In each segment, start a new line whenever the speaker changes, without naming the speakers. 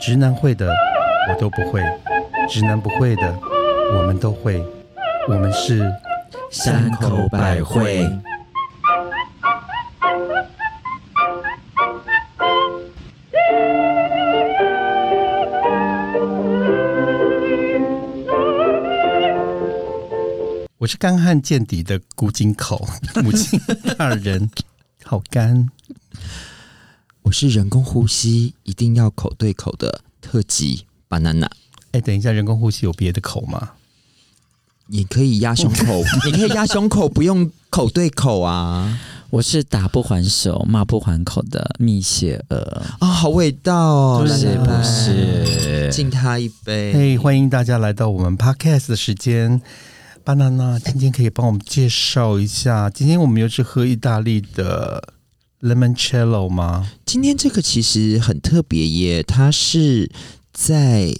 直男会的我都不会，直男不会的我们都会，我们是
山口百惠。
我是干旱见底的古井口母亲大人，好干。
我是人工呼吸，一定要口对口的特级 banana。
哎、等一下，人工呼吸有别的口吗？
你可以压胸 口，你可以压胸口，不用口对口啊！
我是打不还手、骂不还口的蜜雪儿，
啊、好味道哦，
是
来
不？是？
敬他一杯。
嘿、欢迎大家来到我们 podcast 的时间。巴娜娜今天可以帮我们介绍一下，今天我们又是喝意大利的 lemoncello 吗？
今天这个其实很特别耶，它是在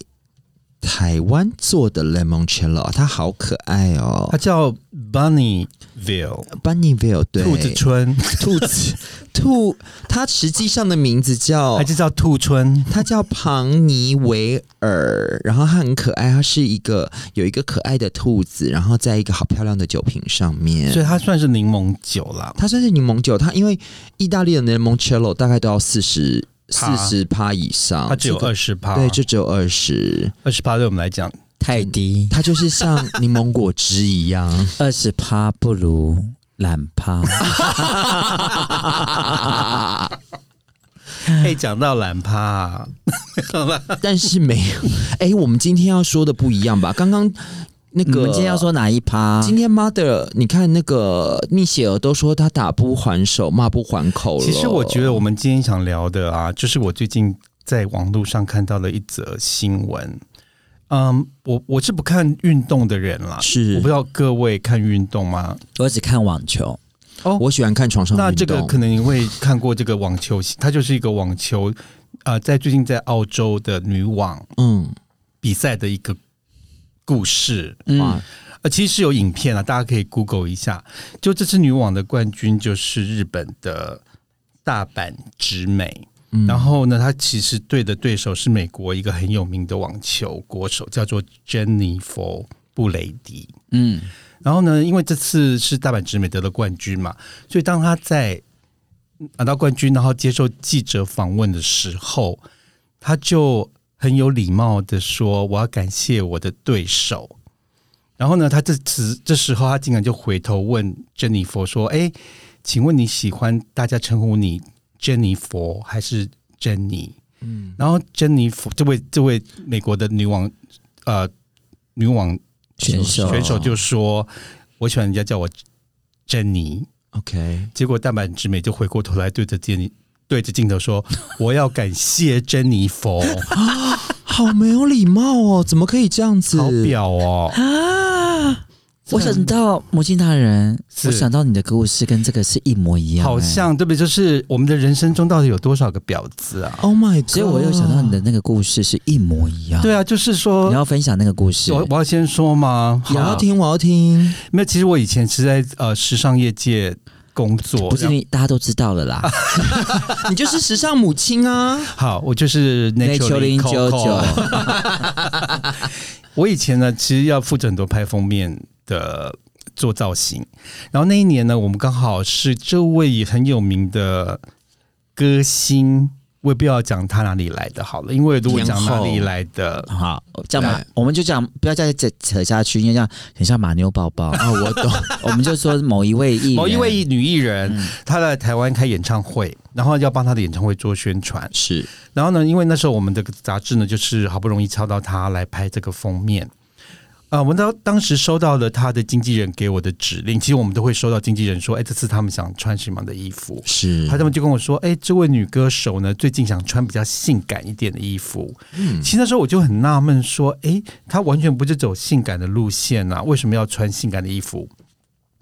台湾做的 limoncello，它好可爱哦
啊
它。叫 Bunnyville
Bunnyville 对，
兔子村，
兔子 兔，它实际上的名字叫
还是叫兔村？
它叫庞尼维尔，然后它很可爱，它是一个有一个可爱的兔子，然后在一个好漂亮的酒瓶上
所
面。
以它算是柠檬酒啦。
它算是柠檬酒，它因为意大利的柠檬 cello 大概都要四十
趴
四十趴以上，
它只有
这个
二十趴，
嗯对，就只有二十，
二十趴对我们来讲，
太低，
它就是像柠檬果汁一 样。
二十趴不如懒趴。
哎、讲到懒趴、啊
但是没有，哎、我们今天要说的不一样吧？刚刚那
你
个，
们今天要说哪一
啊
趴？
今天 mother，你看那个蜜雪儿都说她打不还手，骂不还口了。
其实我觉得我们今天想聊的啊，就是我最近在网络上看到的一则新闻。嗯，我我是不看运动的人啦，
是
我不知道各位看运动吗？
我只看网球，
我喜欢看床上
那
运
这个
动
可能你会看过这个网球，它就是一个网球，呃，在最近在澳洲的女网
嗯，
比赛的一个故事。
哇
嗯，
呃，其实是有影片啊，大家可以 Google 一下。就这次女网的冠军就是日本的大阪直美，
嗯
然后呢，她其实对的对手是美国一个很有名的网球国手，叫做珍妮佛布雷迪。
嗯，
然后呢，因为这次是大阪直美得了冠军嘛，所以当她在拿到冠军，然后接受记者访问的时候，她就很有礼貌的说：“我要感谢我的对手。”然后呢，她这次这时候她竟然就回头问珍妮佛说：“哎，请问你喜欢大家称呼你珍妮佛还是珍妮？”嗯，然后珍妮佛这位这位美国的女网呃女网
选手
选手就说：“我喜欢人家叫我珍妮。
OK，”
结果大阪直美就回过头来对着珍妮对着镜头说：“ 我要感谢珍妮佛，
好没有礼貌哦，怎么可以这样子？
好表哦。
啊，我想到母亲大人，
是
我想到你的故事跟这个是一模
欸
一”样、
好
哎。
像对不对？就是我们的人生中到底有多少个婊子啊？
Oh my god！
哎所以我又想到你的那个故事是一模一样。
对啊，就是说
你，要分享那个故事，
我我要先说吗？
我要
好
听，我要听。
没有，其实我以前是在呃时尚业界工作，
不是你大家都知道了啦。
你就是时尚母亲啊！
好，我就是
内丘
Naturally
零九
Coco
九，
我以前呢，其实要负责很多拍封面的做造型，然后那一年呢，我们刚好是这位也很有名的歌星，我也不要讲他哪里来的好了，因为如果讲哪里来的，
好，这样吧，我们就这样，不要再扯扯下去，因为这样很像马妞抱抱啊。我懂， 我们就说某一位艺人，
某一位女艺人，
嗯
她来台湾开演唱会，然后要帮她的演唱会做宣传，
是
然后呢，因为那时候我们的杂志呢，就是好不容易抄到他来拍这个封面。啊、我们当当时收到了他的经纪人给我的指令，其实我们都会收到经纪人说，哎，这次他们想穿什么样的衣服。
是
他他们就跟我说，哎，这位女歌手呢，最近想穿比较性感一点的衣服。其实那时候我就很纳闷，说，哎，她完全不是走性感的路线啊，为什么要穿性感的衣服？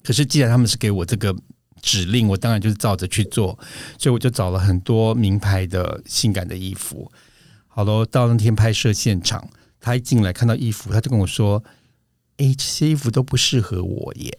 可是既然他们是给我这个指令，我当然就是照着去做，所以我就找了很多名牌的性感的衣服。好了，到那天拍摄现场，他一进来看到衣服，他就跟我说：“哎，这些衣服都不适合我耶。”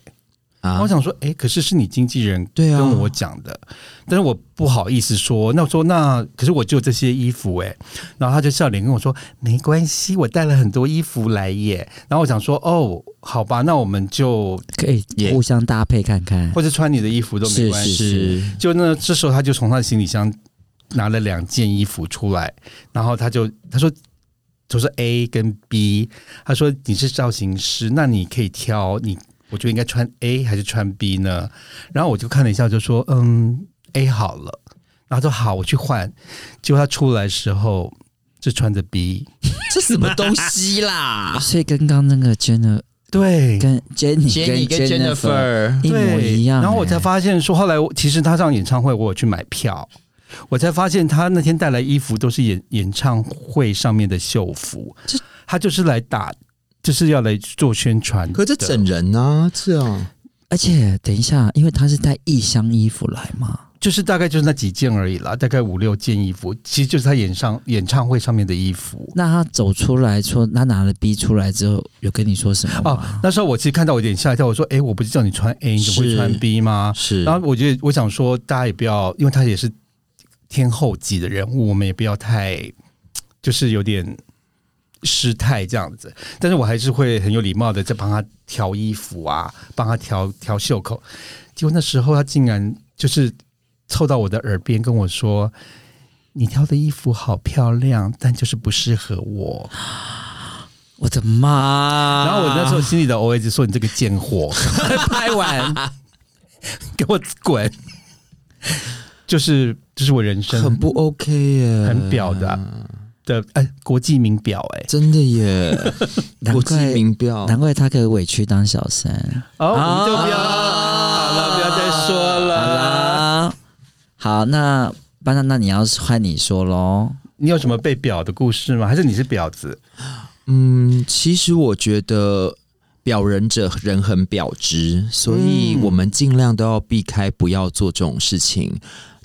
然
啊
后我，想说，哎、可是是你经纪人
对啊
跟我讲的，但是我不好意思说。那我说那可是我只有这些衣服哎、然后他就笑脸跟我说没关系，我带了很多衣服来耶。然后我想说哦，好吧，那我们就
可以
也
互相搭配看看。
或者穿你的衣服都没
是
关系。
是是，
就那这时候他就从他的行李箱拿了两件衣服出来，然后他就他说。就是 A 跟 B，他说你是造型师，那你可以挑你，我觉得应该穿 A 还是穿 B 呢？然后我就看了一下，就说嗯 A 好了，然后他说好，我去换。结果他出来的时候是穿着 B，
这什么东西 啦
所以跟刚那个 Jenna
对，
跟 Jenny
？Jenny 跟
Jennifer
Jennifer，
一模
对，
一样欸。
然后我才发现说，后来我其实他上演唱会，我有去买票，我才发现他那天带来衣服都是演演唱会上面的秀服
这，
他就是来打，就是要来做宣传的。
可这整人啊，这样
而且等一下，因为他是带一箱衣服来嘛，
就是大概就是那几件而已啦，大概五六件衣服，其实就是他演唱演唱会上面的衣服。
那他走出来说，他拿了 B 出来之后，有跟你说什么
哦
吗？，
那时候我其实看到我有点吓一跳，我说：“哎，我不是叫你穿 A，你怎么
是
会穿 B 吗？”
是
然后我觉得我想说，大家也不要，因为他也是天后级的人物，我们也不要太就是有点失态这样子。但是我还是会很有礼貌的在帮他调衣服啊，帮他调调袖口。结果那时候他竟然就是凑到我的耳边跟我说。你挑的衣服好漂亮，但就是不适合我。
我的妈！啊
然后我那时候心里的 OS 说：“你这个贱 货，
拍完，
给我滚！”就是就是我人生
很不 OK 耶，
很表的的哎、国际名表哎、
真的耶，
难
国际
怪
名表，
难怪他可以委屈当小三。
哦，我们就不要、
啊
好了，不要再说
好
了。
啦，好，那班长，那你要是换你说喽。
你有什么被表的故事吗？还是你是婊子？
嗯，其实我觉得表人者人很表直，所以我们尽量都要避开不要做这种事情。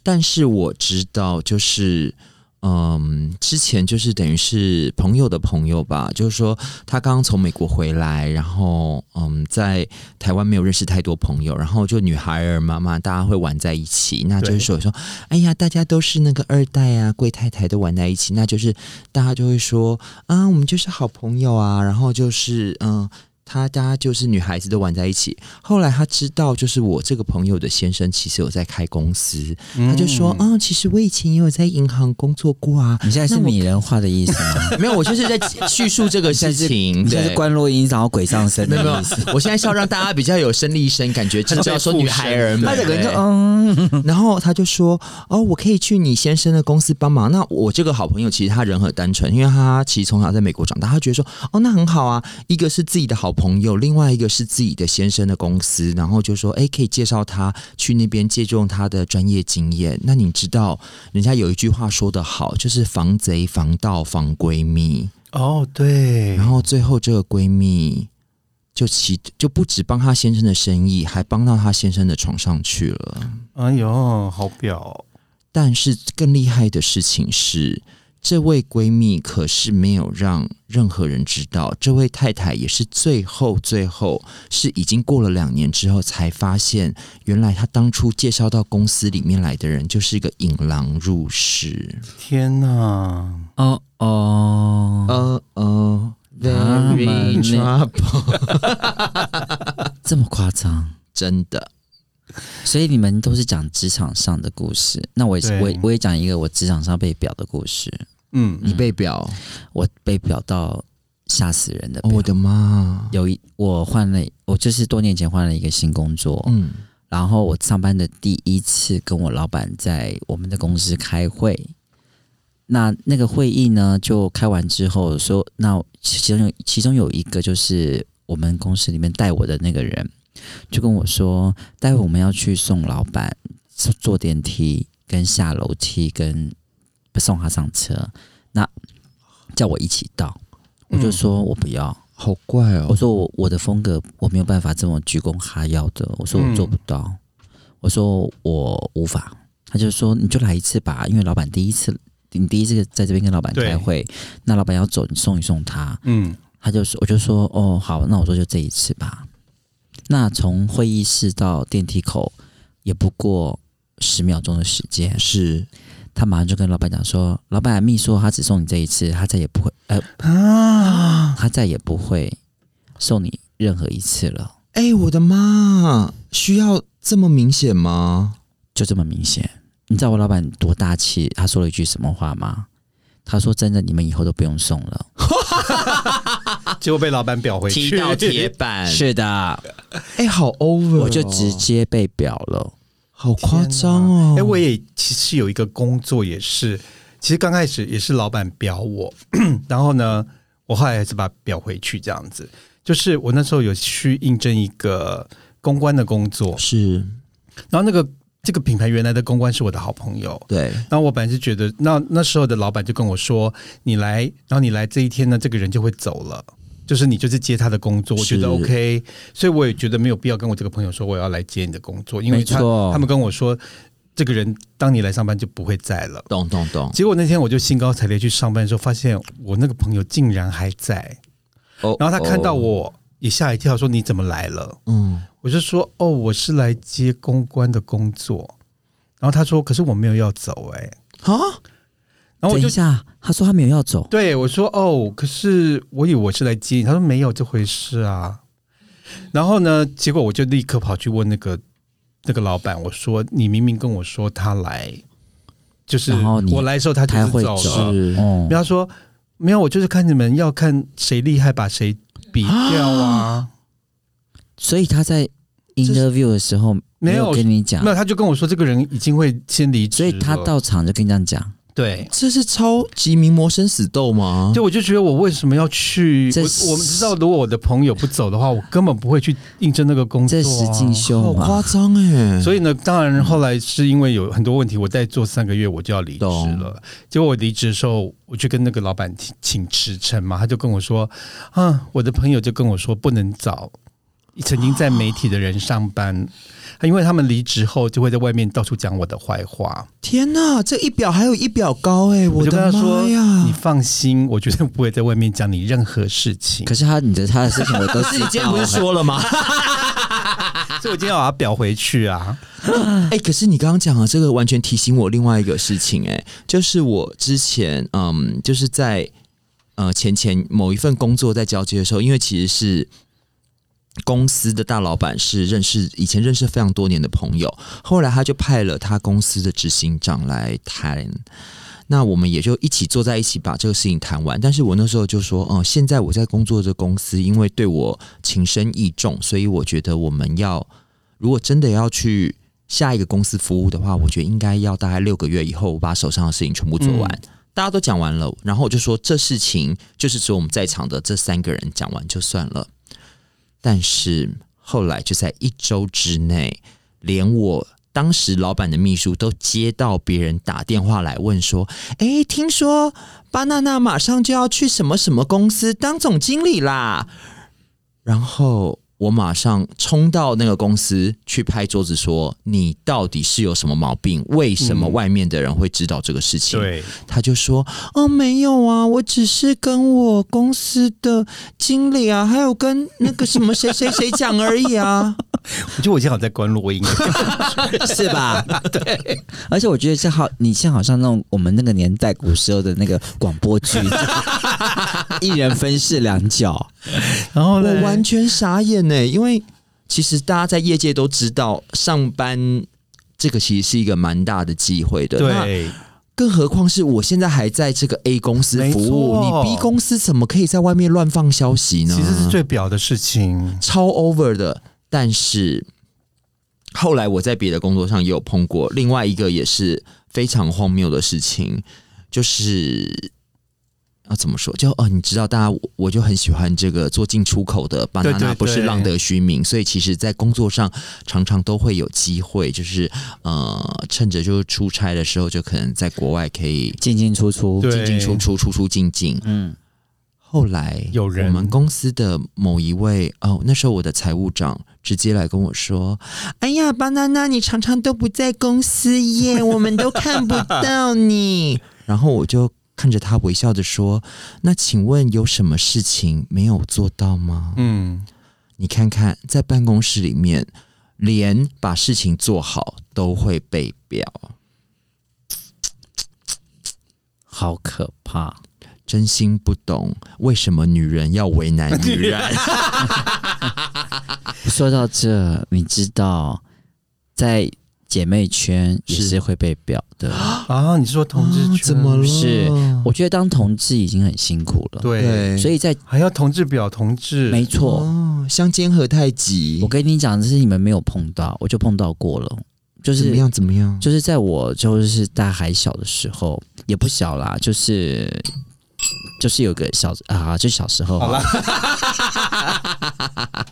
但是我知道，就是嗯，之前就是等于是朋友的朋友吧，就是说他刚刚从美国回来，然后嗯，在台湾没有认识太多朋友，然后就女孩儿嘛嘛，大家会玩在一起，那就是说说，哎呀，大家都是那个二代啊，贵太太都玩在一起，那就是大家就会说啊，我们就是好朋友啊，然后就是嗯。他大家就是女孩子都玩在一起。后来他知道，就是我这个朋友的先生其实有在开公司，他就说：“
嗯，
嗯、其实我以前也有在银行工作过 啊。
你现在是
那我
拟人化的意思吗？
没有，我就是在叙述这个事情。
你现在
嗯对
是，关洛音，然后鬼上身
没有没
的
有
意思。，
我现在是要让大家比较有生力声，感觉知道说女孩儿们。
他整个人就
对
嗯，
然后他就说：“哦，我可以去你先生的公司帮忙。”那我这个好朋友其实他人很单纯，因为他其实从小在美国长大，他觉得说：“哦，那很好啊，一个是自己的好朋友，另外一个是自己的先生的公司。”然后就说：“哎，可以介绍他去那边借用他的专业经验。”那你知道人家有一句话说得好，就是“防贼、防盗、防闺蜜”。
哦，对
然，后最后这个闺蜜就其就不止帮她先生的生意，还帮到她先生的床上去了。
哎呦，好婊哦，
但是更厉害的事情是，这位闺蜜可是没有让任何人知道。这位太太也是最后最后是已经过了两年之后才发现，原来她当初介绍到公司里面来的人就是一个引狼入室。
天哪！
哦哦，
呃呃
啊
，very
蛮
trouble，
这么夸张？
真的
所以你们都是讲职场上的故事，那我也是，
对
我也我也讲一个我职场上被表的故事，
嗯，
你被表，
我被表到吓死人的
哦
表。
我的妈！
有一我换了，我就是多年前换了一个新工作，
嗯，
然后我上班的第一次跟我老板在我们的公司开会，那那个会议呢，就开完之后说，那其中有其中有一个就是我们公司里面带我的那个人，就跟我说，待会我们要去送老板坐坐电梯跟下楼梯跟送他上车，那叫我一起到，我就说我不要。
嗯好怪
我
哦，
说我我的风格我没有办法这么鞠躬哈腰的，我说我做不到，
嗯
我说我无法。他就说你就来一次吧，因为老板第一次你第一次在这边跟老板
对
开会，那老板要走你送一送他，
嗯，
他就说我就说哦好，那我说就这一次吧。那从会议室到电梯口也不过十秒钟的时间，
是
他马上就跟老板讲说：“老板，秘书他只送你这一次，他再也不会，呃，
啊，
他再也不会送你任何一次了。”
哎、我的妈！需要这么明显吗？
就这么明显。你知道我老板多大气？他说了一句什么话吗？他说：“真的，你们以后都不用送了。
结果被老板表回去，
板
是的，
哎、好 over，、
我就
哦
直接被表了。
好夸张哦！
哎、我也其实有一个工作也是，其实刚开始也是老板表我， 然后呢，我后来还是把它表回去这样子。就是我那时候有去应征一个公关的工作，
是
然后那个这个品牌原来的公关是我的好朋友，
对，
然后我本来是觉得，那那时候的老板就跟我说，你来，然后你来这一天呢，这个人就会走了。就是你就是接他的工作，我觉
是
得 OK，所以我也觉得没有必要跟我这个朋友说我要来接你的工作，因为
没
他
错
他们跟我说，这个人当你来上班就不会在了。
懂懂懂。
结果那天我就兴高采烈去上班的时候，发现我那个朋友竟然还在，
哦
然后他看到，我也吓一跳，说你怎么来了？
哦嗯，
我就说哦，我是来接公关的工作。然后他说，可是我没有要走哎、
啊，
然后我
等
就
一下，他说他没有要走，
对我说：“哦，可是我以为我是来接你。”他说：“没有这回事啊。”然后呢，结果我就立刻跑去问那个那个老板，我说：“你明明跟我说他来，就是
然后你
我来的时候他就
他会
走了。
是
哦，
然后他说：“没有，我就是看你们要看谁厉害，把谁比掉啊。
所以他在 interview 的时候
没
没
有
有跟你讲
没，有，他就跟我说这个人已经会先离职
啊所
了，
以他到场就跟你这样讲。
对。
这是超级名模生死斗吗？
就我就觉得我为什么要去？
这
我我们知道，如果我的朋友不走的话，我根本不会去应征那个工作、啊。
这实进
好
修
夸
嘛？
张哎！
所以呢，当然后来是因为有很多问题，我再做三个月我就要离职了。结果我离职的时候，我就跟那个老板请请辞呈嘛，他就跟我说：“啊，我的朋友就跟我说不能找曾经在媒体的人上班，因为他们离职后就会在外面到处讲我的坏话。
天哪，这一表还有一表高哎！”
我就跟
的
他说
妈：“
你
呀！
放心，我绝对不会在外面讲你任何事情
可。是他你的他的事情我都
可
知
是你今天
道
不是
了，
说了吗？
所以我今天要把它表回去啊。
哎、可是你刚刚讲的这个完全提醒我另外一个事情、哎，就是我之前，嗯，就是在呃前前某一份工作在交接的时候，因为其实是公司的大老板是认识以前认识非常多年的朋友，后来他就派了他公司的执行长来谈。那我们也就一起坐在一起把这个事情谈完。但是我那时候就说，哦、现在我在工作这公司，因为对我情深意重，所以我觉得我们要如果真的要去下一个公司服务的话，我觉得应该要大概六个月以后，我把手上的事情全部做完。大家都讲完了，然后我就说这事情就是只有我们在场的这三个人讲完就算了。但是后来就在一周之内，连我当时老板的秘书都接到别人打电话来问说：“诶，听说巴娜娜马上就要去什么什么公司当总经理啦。”然后我马上冲到那个公司去拍桌子说：“你到底是有什么毛病？为什么
嗯
外面的人会知道这个事情？”，他就说：“哦，没有啊，我只是跟我公司的经理啊，还有跟那个什么谁谁谁讲而已啊，
我觉得我今天好像在关录音。
是 吧？
而且我觉得像好，你像好像那种我们那个年代古时候的那个广播剧，一人分饰两角，
然后呢
我完全傻眼呢，因为其实大家在业界都知道，上班这个其实是一个蛮大的机会的。那
对，
更何况是我现在还在这个 A 公司服务，
没错
你 B 公司怎么可以在外面乱放消息呢？
其实是最表的事情。
超 over 的。但是后来我在别的工作上也有碰过另外一个也是非常荒谬的事情，就是要怎么说？就哦，你知道，大家我我就很喜欢这个做进出口的巴
对
拿
对
那，不是
对
浪得虚名，所以其实，在工作上常常都会有机会，就是呃，趁着就是出差的时候，就可能在国外可以
进进出出，
对
进进出出，出出进进。
嗯，
后来
有人
我们公司的某一位哦，那时候我的财务长直接来跟我说：“哎呀，巴娜娜，你常常都不在公司耶，我们都看不到 你。”然后我就看着他微笑着说：“那请问有什么事情没有做到吗？”
嗯，
你看看，在办公室里面，连把事情做好都会被表，
好可怕！
真心不懂为什么女人要为难女人。
说到这，你知道，在姐妹圈也
是
是会被表的。
啊！你说同志圈、
怎么了？
是我觉得当同志已经很辛苦了，
对，
对，
所
以
以在
还要同志表同志，
没错，
哦，相煎何太急？
我跟你讲，这是你们没有碰到，我就碰到过了，就
怎么
是
样？怎么样？
就是在我就是大还小的时候，也不小啦，就是就是有个小啊，就小时候
好了
啊，，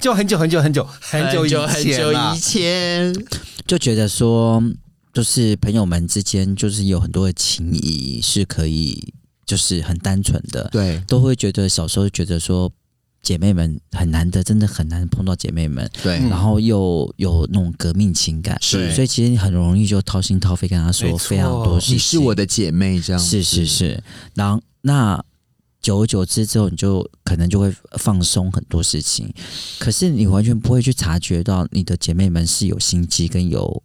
就很久很久很久很久以前啊
很久
啦
以前，
就觉得说，就是朋友们之间就是有很多的情谊是可以就是很单纯的，
对，
都会觉得小时候觉得说。姐妹们很难得，真的很难碰到姐妹们，
对，
嗯
然后又有那种革命情感，
是
所以其实你很容易就掏心掏肺跟她
没
说
错
非常多事情。
你是我的姐妹，这样
是是
子，
是，然后那久而久之之后，你就可能就会放松很多事情，可是你完全不会去察觉到你的姐妹们是有心机跟有，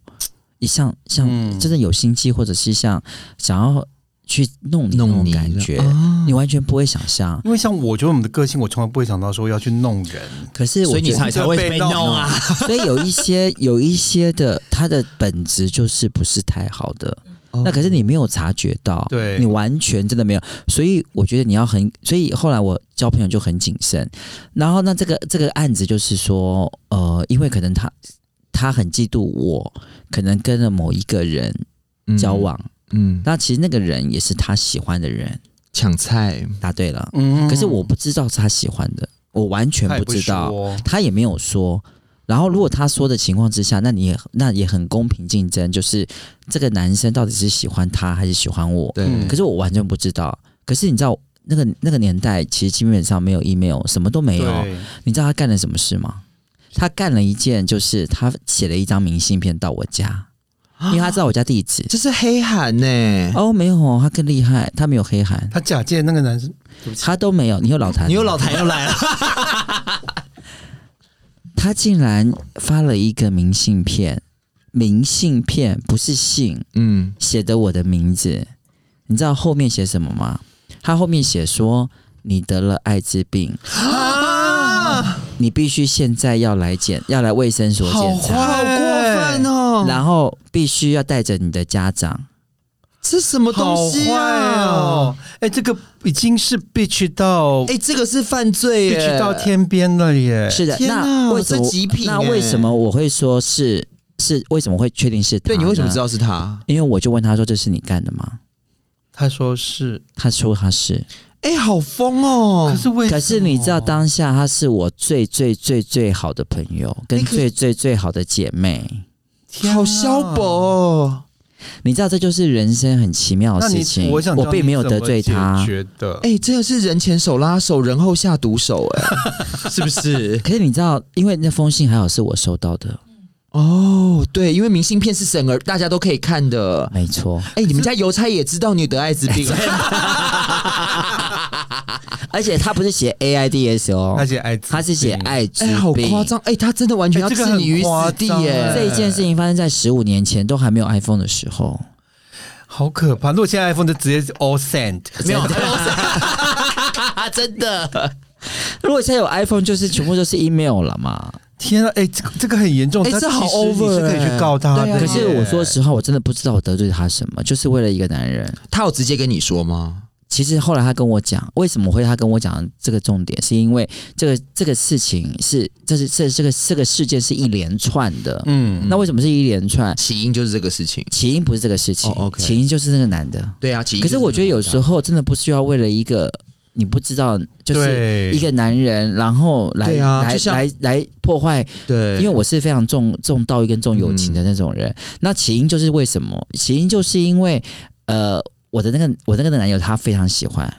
一像像
嗯
真的有心机，或者是像想要去弄你那
弄
种
你
感
的
觉，
啊
你完全不会想象。
因为像我觉得我们的个性，我从来不会想到说要去弄人，
可是我
所以你
觉得
才才会被弄啊。
所以有一些有一些的，它的本质就是不是太好的。
哦
那可是你没有察觉到，
哦对
你完全真的没有，所以我觉得你要很，所以后来我交朋友就很谨慎。然后那这个这个案子就是说，呃，因为可能他他很嫉妒我，可能跟了某一个人
你
交，往，
嗯，嗯
那其实那个人也是他喜欢的人，
抢菜，
答对了，
嗯
可是我不知道是他喜欢的，我完全
他也
不知道，
说
他也没有说。然后，如果他说的情况之下，那你也那也很公平竞争，就是这个男生到底是喜欢他还是喜欢我？
对，
嗯
可是我完全不知道。可是你知道那个那个年代，其实基本上没有 email，什么都没有。
对
你知道他干了什么事吗？他干了一件，就是他写了一张明信片到我家，因为他知道我家地址。
这是黑函呢、
啊哦，没有哦，他更厉害，他没有黑函，
他假借那个男生，
他都没有。你有老谭，
你有老谭又来了，
他竟然发了一个明信片，明信片不是信，
嗯，
写的我的名字。你知道后面写什么吗？他后面写说你得了艾滋病，
啊
你必须现在要来检，要来卫生所检查，
好过分
哦
然后必须要带着你的家长。
这什么
好
东西
坏
啊？
哦！哎，这个已经是 bitch 到
哎、这个是犯罪耶、
bitch 到天边了耶！
是的，
哎天哪
那为
这
什么
极品？
那为什么？我会说是是为什么会确定是他？
对你为什么知？道是他？
因为我就问他说：“这是你干的吗
他说是，？”
他说他是，
哎、好疯哦
可！是为什么
可是你知道当下他是我最最最最好的朋友，跟
你哎可
最最最好的姐妹。
天啊
好消薄、哦。
你知道这就是人生很奇妙
那
的
你
事情。
我想知道
并没有
你怎
得
么
罪他，
解决的
哎、这个是人前手拉手，人后下毒手、哎， 是不是？
可是你知道，因为那封信还好是我收到的，
哦，对，因为明信片是省儿，大家都可以看的。
没错。
哎、你们家邮差也知道你得艾滋病，
而且他不是写 A I D S 哦
他，写艾滋病，
他是写艾滋
哎、
病。
好夸！张！哎、他真的完全
哎
要
这个
置你于
很夸
死地
张
耶、
哎
这一件事情发生在十五年前，都还没有 iPhone 的时候。
好可怕。如果现在 iPhone 就直接是 all send，
没有，哎真的。
如果现在有 iPhone，就是全部都是 email 了嘛。
天啊，哎、这个这个很严重，
哎
他
这好
其实你
over
是可以去告他的
哎
耶。
对啊
欸可是我说实话，我真的不知道我得罪他什么，就是为了一个男人。
他有直接跟你说吗？
其实后来他跟我讲，为什么会他跟我讲这个重点，是因为这个这个事情是这是这这个这个事件是一连串的。
嗯，
那为什么是一连串？
起因就是这个事情。
起因不是这个事情，
哦，OK
起因就是那个男的。
对啊，起因
可
就是
我觉得有时候真的不需要为了一个你不知道，就是
对
一个男人，然后来、
对啊
来
就像
来来破坏。
对，
因为我是非常重重道义跟重友情的那种人。那起因就是为什么？起因就是因为呃，我的那个我那个男友他非常喜欢，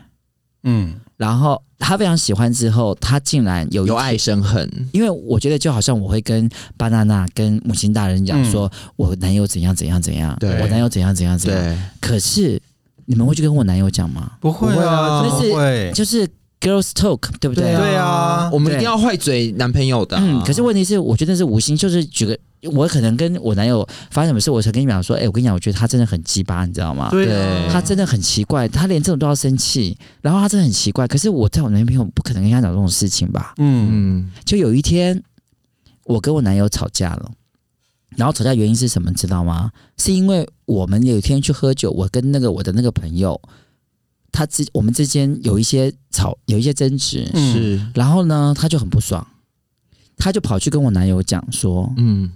嗯，
然后他非常喜欢之后，他竟然有一
有
天
爱生恨，
因为我觉得就好像我会跟巴娜娜、跟母亲大人讲说，我男友怎样怎样怎样，
嗯对
我男友怎样怎样怎样。
对，
可是你们会去跟我男友讲吗？
不会
不会
啊，
啊
怎么
就是
会
就是 girls talk，对不对？
对
对啊
我们一定要坏嘴男朋友的啊、
嗯，可是问题是，我觉得是无心，就是举个，我可能跟我男友发生什么事，我曾跟你讲说，哎、我跟你讲，我觉得他真的很鸡巴，你知道吗？
对
对
啊
他真的很奇怪，他连这种都要生气，然后他真的很奇怪。可是我在我男朋友不可能跟他讲这种事情吧？
嗯
嗯，
就有一天，我跟我男友吵架了，然后吵架原因是什么？你知道吗？是因为我们有一天去喝酒，我跟那个我的那个朋友，他之我们之间有一些吵，有一些争执，
嗯
是，
然后呢，他就很不爽，他就跑去跟我男友讲说，
嗯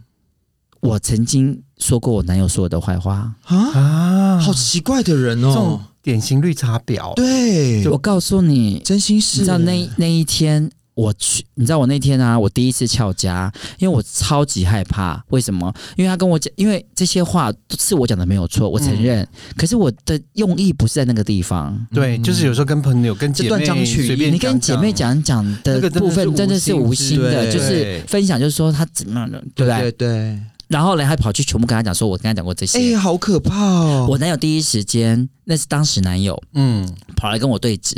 我曾经说过我男友说我的坏话，
啊，
啊，
好奇怪的人
这种
哦，
典型绿茶婊，
对，
我告诉你，
真心
你
是，
知道那那一天我去，你知道我那天啊，我第一次翘家，因为我超级害怕。为什么？因为他跟我讲，因为这些话是我讲的没有错，我承认。
嗯
可是我的用意不是在那个地方。
对，就是有时候跟朋友、跟姐
这
妹
断章取义
随便
你跟姐妹讲讲
那个
的
真的是
部分真的是无
无
心
心
的，
之
就是
对
分享，就是说他怎么样的，对不
对
对？
对，
然后呢，还跑去全部跟他讲说，我跟他讲过这
哎、
些。
好可怕哦，
我男友第一时间，那是当时男友
嗯，
跑来跟我对质，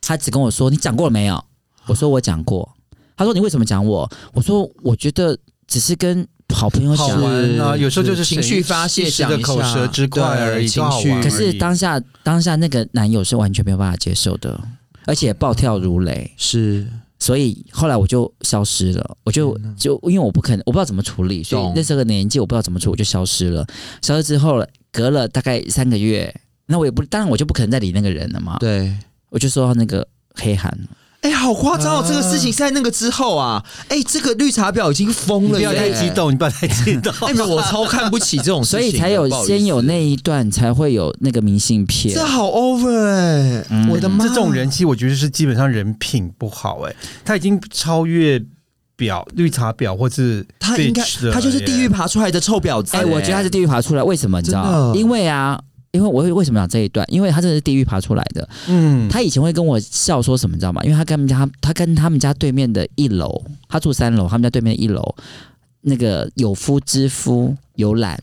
他只跟我说：“你讲过了没有？”我说：“我讲过。”他说：“你为什么讲我？”我说：“我觉得只是跟好朋友
好
讲。”
玩啊，有时候就是
情绪发泄
一时的
讲一
口
下
舌之快
对
而已，
情
就好玩
绪
而已
可是当下当下那个男友是完全没有办法接受的，而且暴跳如雷。
是
所以后来我就消失了，我就
天哪
就因为我不肯，我不知道怎么处理，所以
懂
那时候的年纪我不知道怎么处理，我就消失了。消失之后了，隔了大概三个月，那我也不，当然我就不可能再理那个人了嘛，
对，
我就收到那个黑函，
哎、好夸张哦！
啊
这个事情是在那个之后啊，哎、这个绿茶婊已经疯
你
了，
不要太激。动，你不要太激动，
哎、没有我超看不起这种事情
所
的，
以才有
不好意思
先有那一段，才会有那个明信片。
这好 over 哎、
嗯
我的妈！
这种人其实我觉得是基本上人品不好、哎，他已经超越表绿茶婊或是
他应该
bitch 了
他就是地狱
耶
爬出来的臭婊子、
哎、我觉得他是地狱爬出来，为什么你知道
啊真？的
因为啊，因为我为什么讲这一段？因为他真的是地狱爬出来的。
嗯，
他以前会跟我笑说什么，你知道吗？因为他跟他们家，他跟他们家对面的一楼，他住三楼，他们家对面一楼那个有夫之夫游览。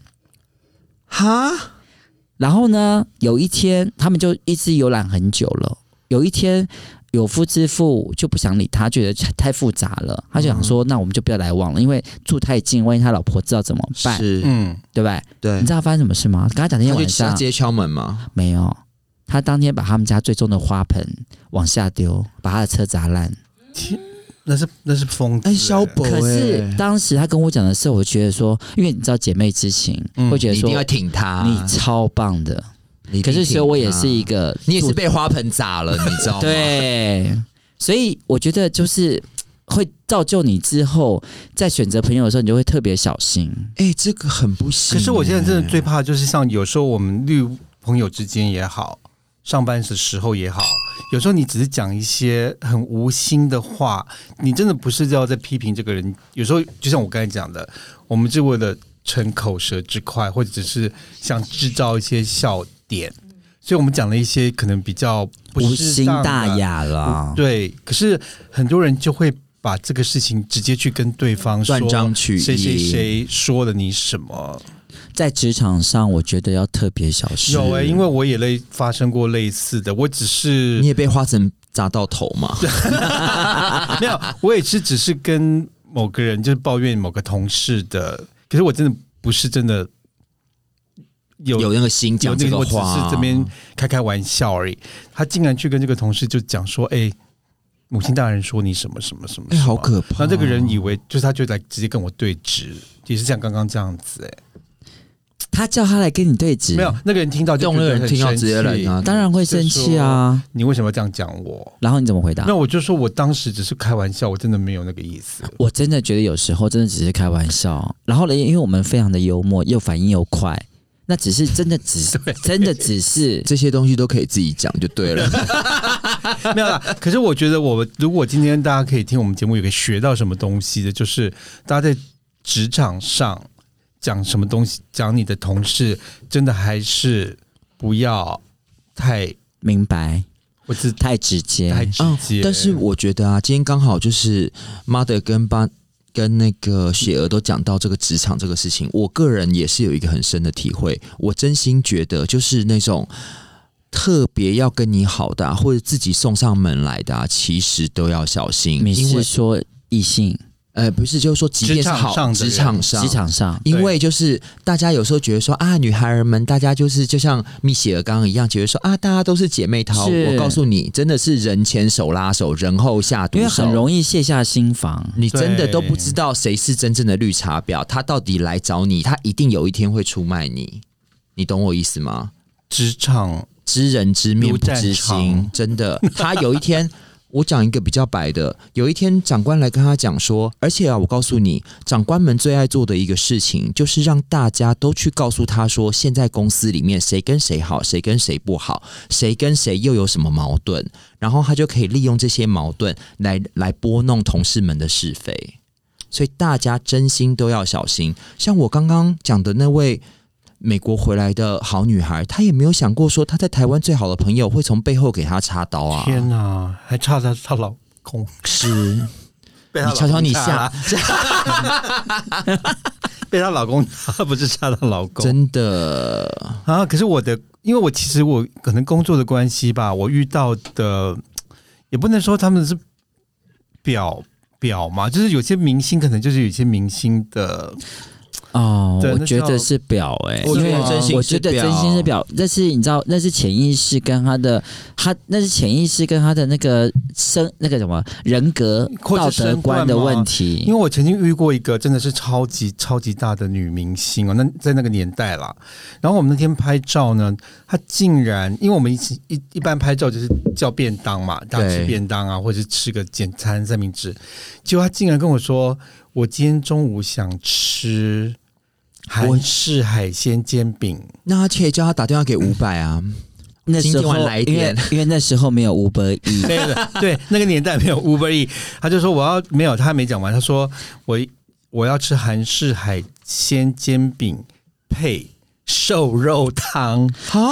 哈，
然后呢，有一天他们就一直游览很久了。有一天，有夫之妇就不想理他，觉得太太复杂了，他就想
嗯
说，那我们就不要来往了，因为住太近，万一他老婆知道怎么办，
是，
嗯，
对不对？
对
你，知道发生什么事吗？跟他讲那天
他就
晚
直
上
接敲门嘛，
没有，他当天把他们家最终的花盆往下丢，把他的车砸烂。
天那是那是疯子、
哎、肖博、
可是
哎
当时他跟我讲的时候，我觉得说，因为你知道姐妹之情，
嗯
会觉得
你一
说
定要挺他，
你超棒的。
你一定
可是，所以
挺
我也
他
是一个，
你也是被花盆砸了，你
哦
知道吗？，
对，所以我觉得就是会造就你之后在选择朋友的时候，你就会特别小心。
哎、这个很不行、
可是我现在真的
哎
最怕就是像有时候我们绿朋友之间也好，上班的时候也好，有时候你只是讲一些很无心的话，你真的不是要在批评这个人。有时候就像我刚才讲的，我们是为了逞口舌之快，或者只是想制造一些笑点，所以我们讲了一些可能比较不
无
适
心
当的
大雅啦，
对，可是很多人就会把这个事情直接去跟对方说
断章取义，
谁谁谁说了你什么。
在职场上，我觉得要特别小心。
有哎、因为我也类发生过类似的，我只是
你也被花盆砸到头嘛？
没有，我也是只是跟某个人就是抱怨某个同事的，可是我真的不是真的有
有那个心
有
讲
那
这
个，
个
我只
话，啊
是这边开开玩笑而已。他竟然去跟这个同事就讲说：“哎、母亲大人说你什么什么什么
哎、
什么
好可
然
怕。
后这个人以为就是他就来直接跟我对峙，也是像刚刚这样子哎、
他叫他来跟你对峙，
没有那个人听到就
动
觉
了
得
人
很
听到
生
直接
气
人啊，
当然会生气啊。
你为什么要这样讲我？
然后你怎么回答
那？我就说我当时只是开玩笑，我真的没有那个意思。
我真的觉得有时候真的只是开玩笑。然后呢，因为我们非常的幽默，又反应又快，那只是真的只 是真的只是
这些东西都可以自己讲就对了。
没有啦，可是我觉得我如果今天大家可以听我们节目，有可以学到什么东西的，就是大家在职场上讲什么东西，讲你的同事，真的还是不要太
明白，
我自
太直接。
太直接。
但是我觉得啊，今天刚好就是妈的跟巴跟那个雪儿都讲到这个职场这个事情，我个人也是有一个很深的体会。我真心觉得，就是那种特别要跟你好的、啊，或者自己送上门来的、啊，其实都要小心，
你
因为
是说异性
呃，不是，就是说，即便是
职场上
好
的人
职场上，
职场上
因为就是大家有时候觉得说啊，女孩儿们，大家就是就像蜜雪儿刚刚一样，觉得说啊，大家都是姐妹淘。
是
我告诉你，真的是人前手拉手，人后下毒
因
手，
为很容易卸下心防，
你真的
对
都不知道谁是真正的绿茶婊，他到底来找你，他一定有一天会出卖你，你懂我意思吗？
职场
知人知面
如
不
战
知心
场，
真的，他有一天。我讲一个比较白的，有一天长官来跟他讲说，而且啊，我告诉你，长官们最爱做的一个事情，就是让大家都去告诉他说，现在公司里面谁跟谁好，谁跟谁不好，谁跟谁又有什么矛盾，然后他就可以利用这些矛盾来来拨弄同事们的是非。所以大家真心都要小心。像我刚刚讲的那位美国回来的好女孩，她也没有想过说她在台湾最好的朋友会从背后给她插刀啊！
天哪、还差她她老公，
是你
被她老公
瞧瞧 你
差
下
了，被她老公她不是差她老公
真的
啊！可是我的，因为我其实我可能工作的关系吧，我遇到的也不能说他们是表表嘛，就是有些明星可能就是有些明星的
哦，
对
我
那
觉
叫
得是表哎、
我
因为
觉得真心是
我觉得
表
真心是表，那是你知道，那是潜意识跟他的他，那是潜意识跟他的那个生那个什么人格
或者
道德观的
身段吗
问
因为
题。
我曾经遇过一个真的是超级超级大的女明星哦，那在那个年代啦。然后我们那天拍照呢，她竟然因为我们一起一一般拍照就是叫便当嘛，大家吃
对
便当啊，或者是吃个简餐三明治，结果她竟然跟我说，我今天中午想吃韩式海鲜煎饼。
那她可以叫她打电话给伍佰啊，
那时
今天
候
晚来一
因为
点
因为那时候没有五百亿，
对的，对，那个年代没有 Uber E，他就说我要没有，他还没讲完，他说我我要吃韩式海鲜煎饼配瘦肉汤
啊，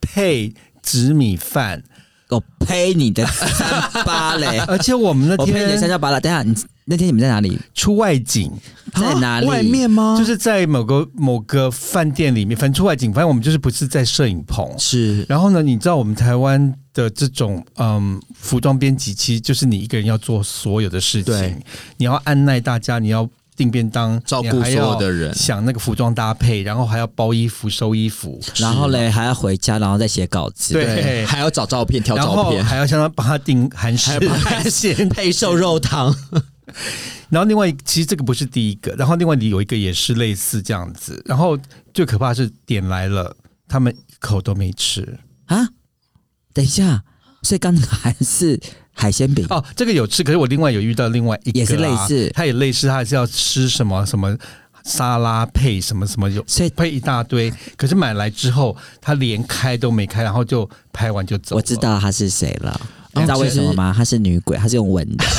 配紫米饭，
我呸你的三八嘞！
而且我们呃那
我呸你的三
天
角八了。等一下你那天你们在哪里？
出外景，啊
在哪里？
外面吗？
就是在某个某个饭店里面，反正出外景，反正我们就是不是在摄影棚，
是
然后呢，你知道我们台湾的这种嗯服装编辑，其实就是你一个人要做所有的事
对
情，你要按耐大家，你要订便当，
照
你
顾
还
所有
要
的人
想那个服装搭配，然后还要包衣服、收衣服，
然后嘞还要回家，然后再写稿子。
对
对，还要找照片，挑
然
照
后
片，
还要相当帮他订韩式
还要帮他
海鲜。
配瘦肉汤，
然后另外，其实这个不是第一个，然后另外有一个也是类似这样子。然后最可怕的是点来了，他们一口都没吃。
啊，等一下，所以刚才还是海鲜饼。
哦，这个有吃，可是我另外有遇到另外一个、啊，
也是类似
它也类似，它还是要吃什么什么沙拉配什么什么有
所以
配一大堆，可是买来之后他连开都没开，然后就拍完就走了。
我知道她是谁了，你
嗯
知道为什么吗？哦她是女鬼，她是用闻的。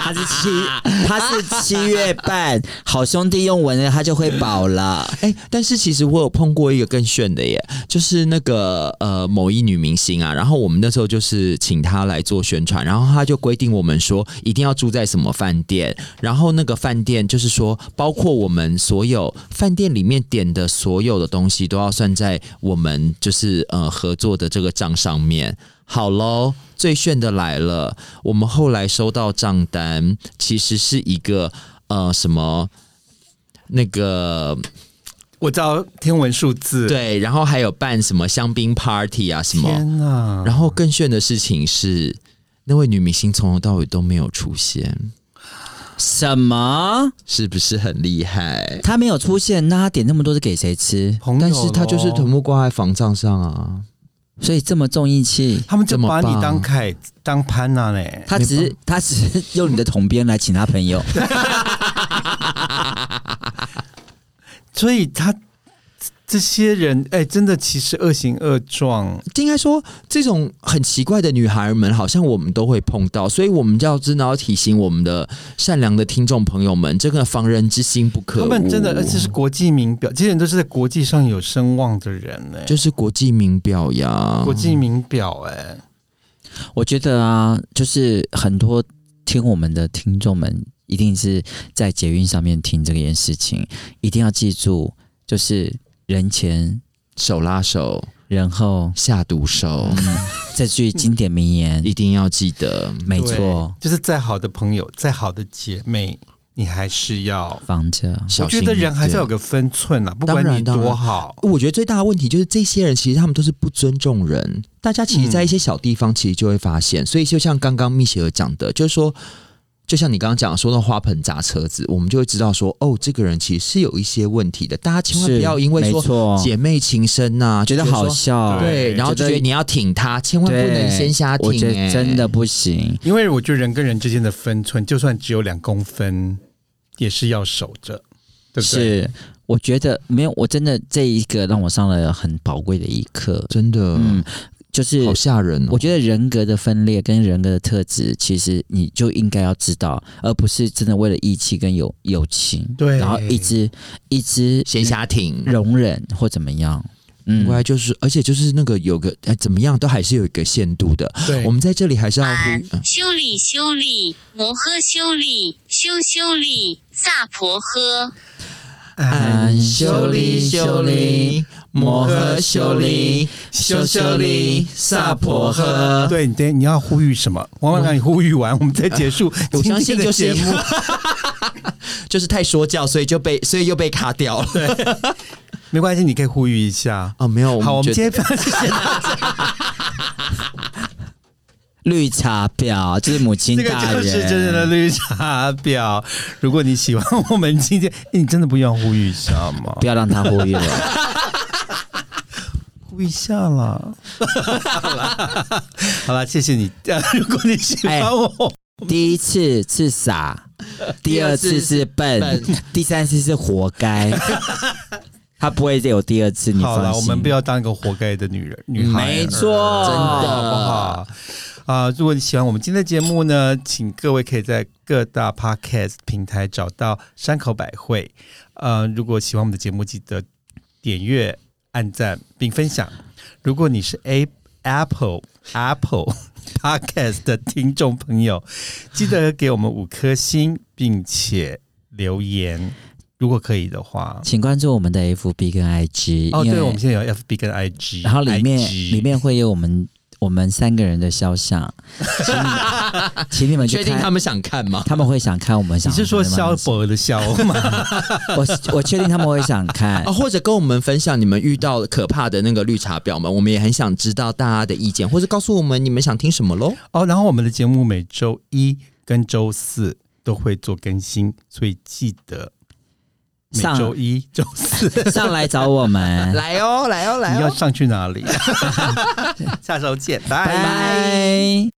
她是 七，她是七月半，好兄弟用闻的，她就会饱了。
哎、但是其实我有碰过一个更炫的耶，就是那个呃某一女明星啊，然后我们那时候就是请她来做宣传，然后她就规定我们说一定要住在什么饭店，然后那个饭店就是说包括我们所有饭店里面点的所有的东西都要算在我们就是呃合作的这个账上面。好喽，最炫的来了，我们后来收到账单，其实是一个呃什么。那个
我知道天文数字。，
对，然后还有办什么香槟 party 啊什么。
天哪！
然后更炫的事情是，那位女明星从头到尾都没有出现，
什么？
是不是很厉害？
她没有出现，那她点那么多是给谁吃？
朋友哦咯，
但是她就是臀部挂在防杖上啊，
所以这么重义气，
他们就
怎么
把
办
你当凯当潘娜嘞。
她只是她只是用你的桶边来请她朋友。
所以他这些人，哎、真的其实恶行恶状。
应该说这种很奇怪的女孩们，好像我们都会碰到，所以我们就要真的要提醒我们的善良的听众朋友们，这个防人之心不可
他
无。
们真的，而且是国际名表，这些人都是在国际上有声望的人呢、
就是国际名表呀，
国际名表、哎。
我觉得啊，就是很多听我们的听众们，一定是在捷运上面听这件事情，一定要记住，就是人前
手拉手，
然后
下 毒手，
这句经典 名言，
一定要记得。
没错，
就是再好的朋友，再好的姐妹，你还是要。
放着。
我
小
觉
心
得
一
人还是
点
要有个分寸啊啦，不管
当然
你
当然
多好，
我觉得最大的问题就是这些人其实他们都是不尊重人。大家其实，在一些小地方其实就会发现，所以就像刚刚蜜雪儿讲的，就是说，哦就像你刚刚讲说到花盆砸车子，我们就会知道说，哦，这个人其实是有一些问题的。大家千万
是
不要因为
没
说
错，
姐妹情深呐、
觉得
就
好
说
笑，
对，
对
然后就
觉
觉
得
得你要挺他，千万
对
不能先瞎挺、
我觉得
哎
真的不行。
因为我觉得人跟人之间的分寸，就算只有两公分，也是要守着，对不对？
是，我觉得没有，我真的这一个让我上了很宝贵的一课。
真的，
嗯，就是
好吓人哦！
我觉得人格的分裂跟人格的特质，其实你就应该要知道，而不是真的为了义气跟友友情，
对
然后一直一直
先瞎挺，
容忍或怎么样。嗯
另，外就是，而且就是那个有个哎，怎么样都还是有一个限度的。
对，
我们在这里还是要呼，
晚
嗯
修理修理摩诃修理修修理萨婆诃。
安修
理
利修利
摩诃修利
修修利萨婆诃
对，你等你要呼吁什么？王馆长，你呼吁完，我们再结束
我
今
相
天
信
的
就是
节目。
就是太说教，所以就被所以又被卡掉了。
没关系，你可以呼吁一下。
哦，没有，
好，我们
觉得
今天分享
绿茶婊就是母亲
这个
大
就
人，
是真正的绿茶婊。如果你喜欢我们今天，哎诶你真的不要呼吁一下吗？
不要让他忽悠了。
呼一下 啦，好啦，谢谢你。 呃如果你喜欢
哎
我，
第一次是傻，第二次是笨
笨，
第三次是活 该。他不会再有第二次，你
好
放
了，我
心。
们不要当一个活该的女 人，女孩儿，
没错真的
好不好？啊、如果你喜欢我们今天的节目呢，请各位可以在各大 podcast 平台找到山口百惠。呃，如果喜欢我们的节目，记得点阅、按赞并分享。如果你是 A Apple Apple Podcast 的听众朋友，记得给我们五颗星，并且留言，如果可以的话。
请关注我们的 FB 跟 IG
哦，
因为
对，我们现在有 FB 跟 IG，
然后里面
IG
里面会有我们我们三个人的 肖像，请
确
你们请你们去
定
看
他。们想看吗？
他们会想看我们想
你
看的
是说
吗，
肖博的肖吗？
我我确定他们会想看
啊，，或者跟我们分享你们遇到可怕的那个绿茶婊们，我们也很想知道大家的意见，或者告诉我们你们想听什么喽。
哦，然后我们的节目每周一跟周四都会做更新，所以记得每
上
周一、周四
上来找我们，
来哦，来哦，
你要上去哪里？下周见，拜
拜。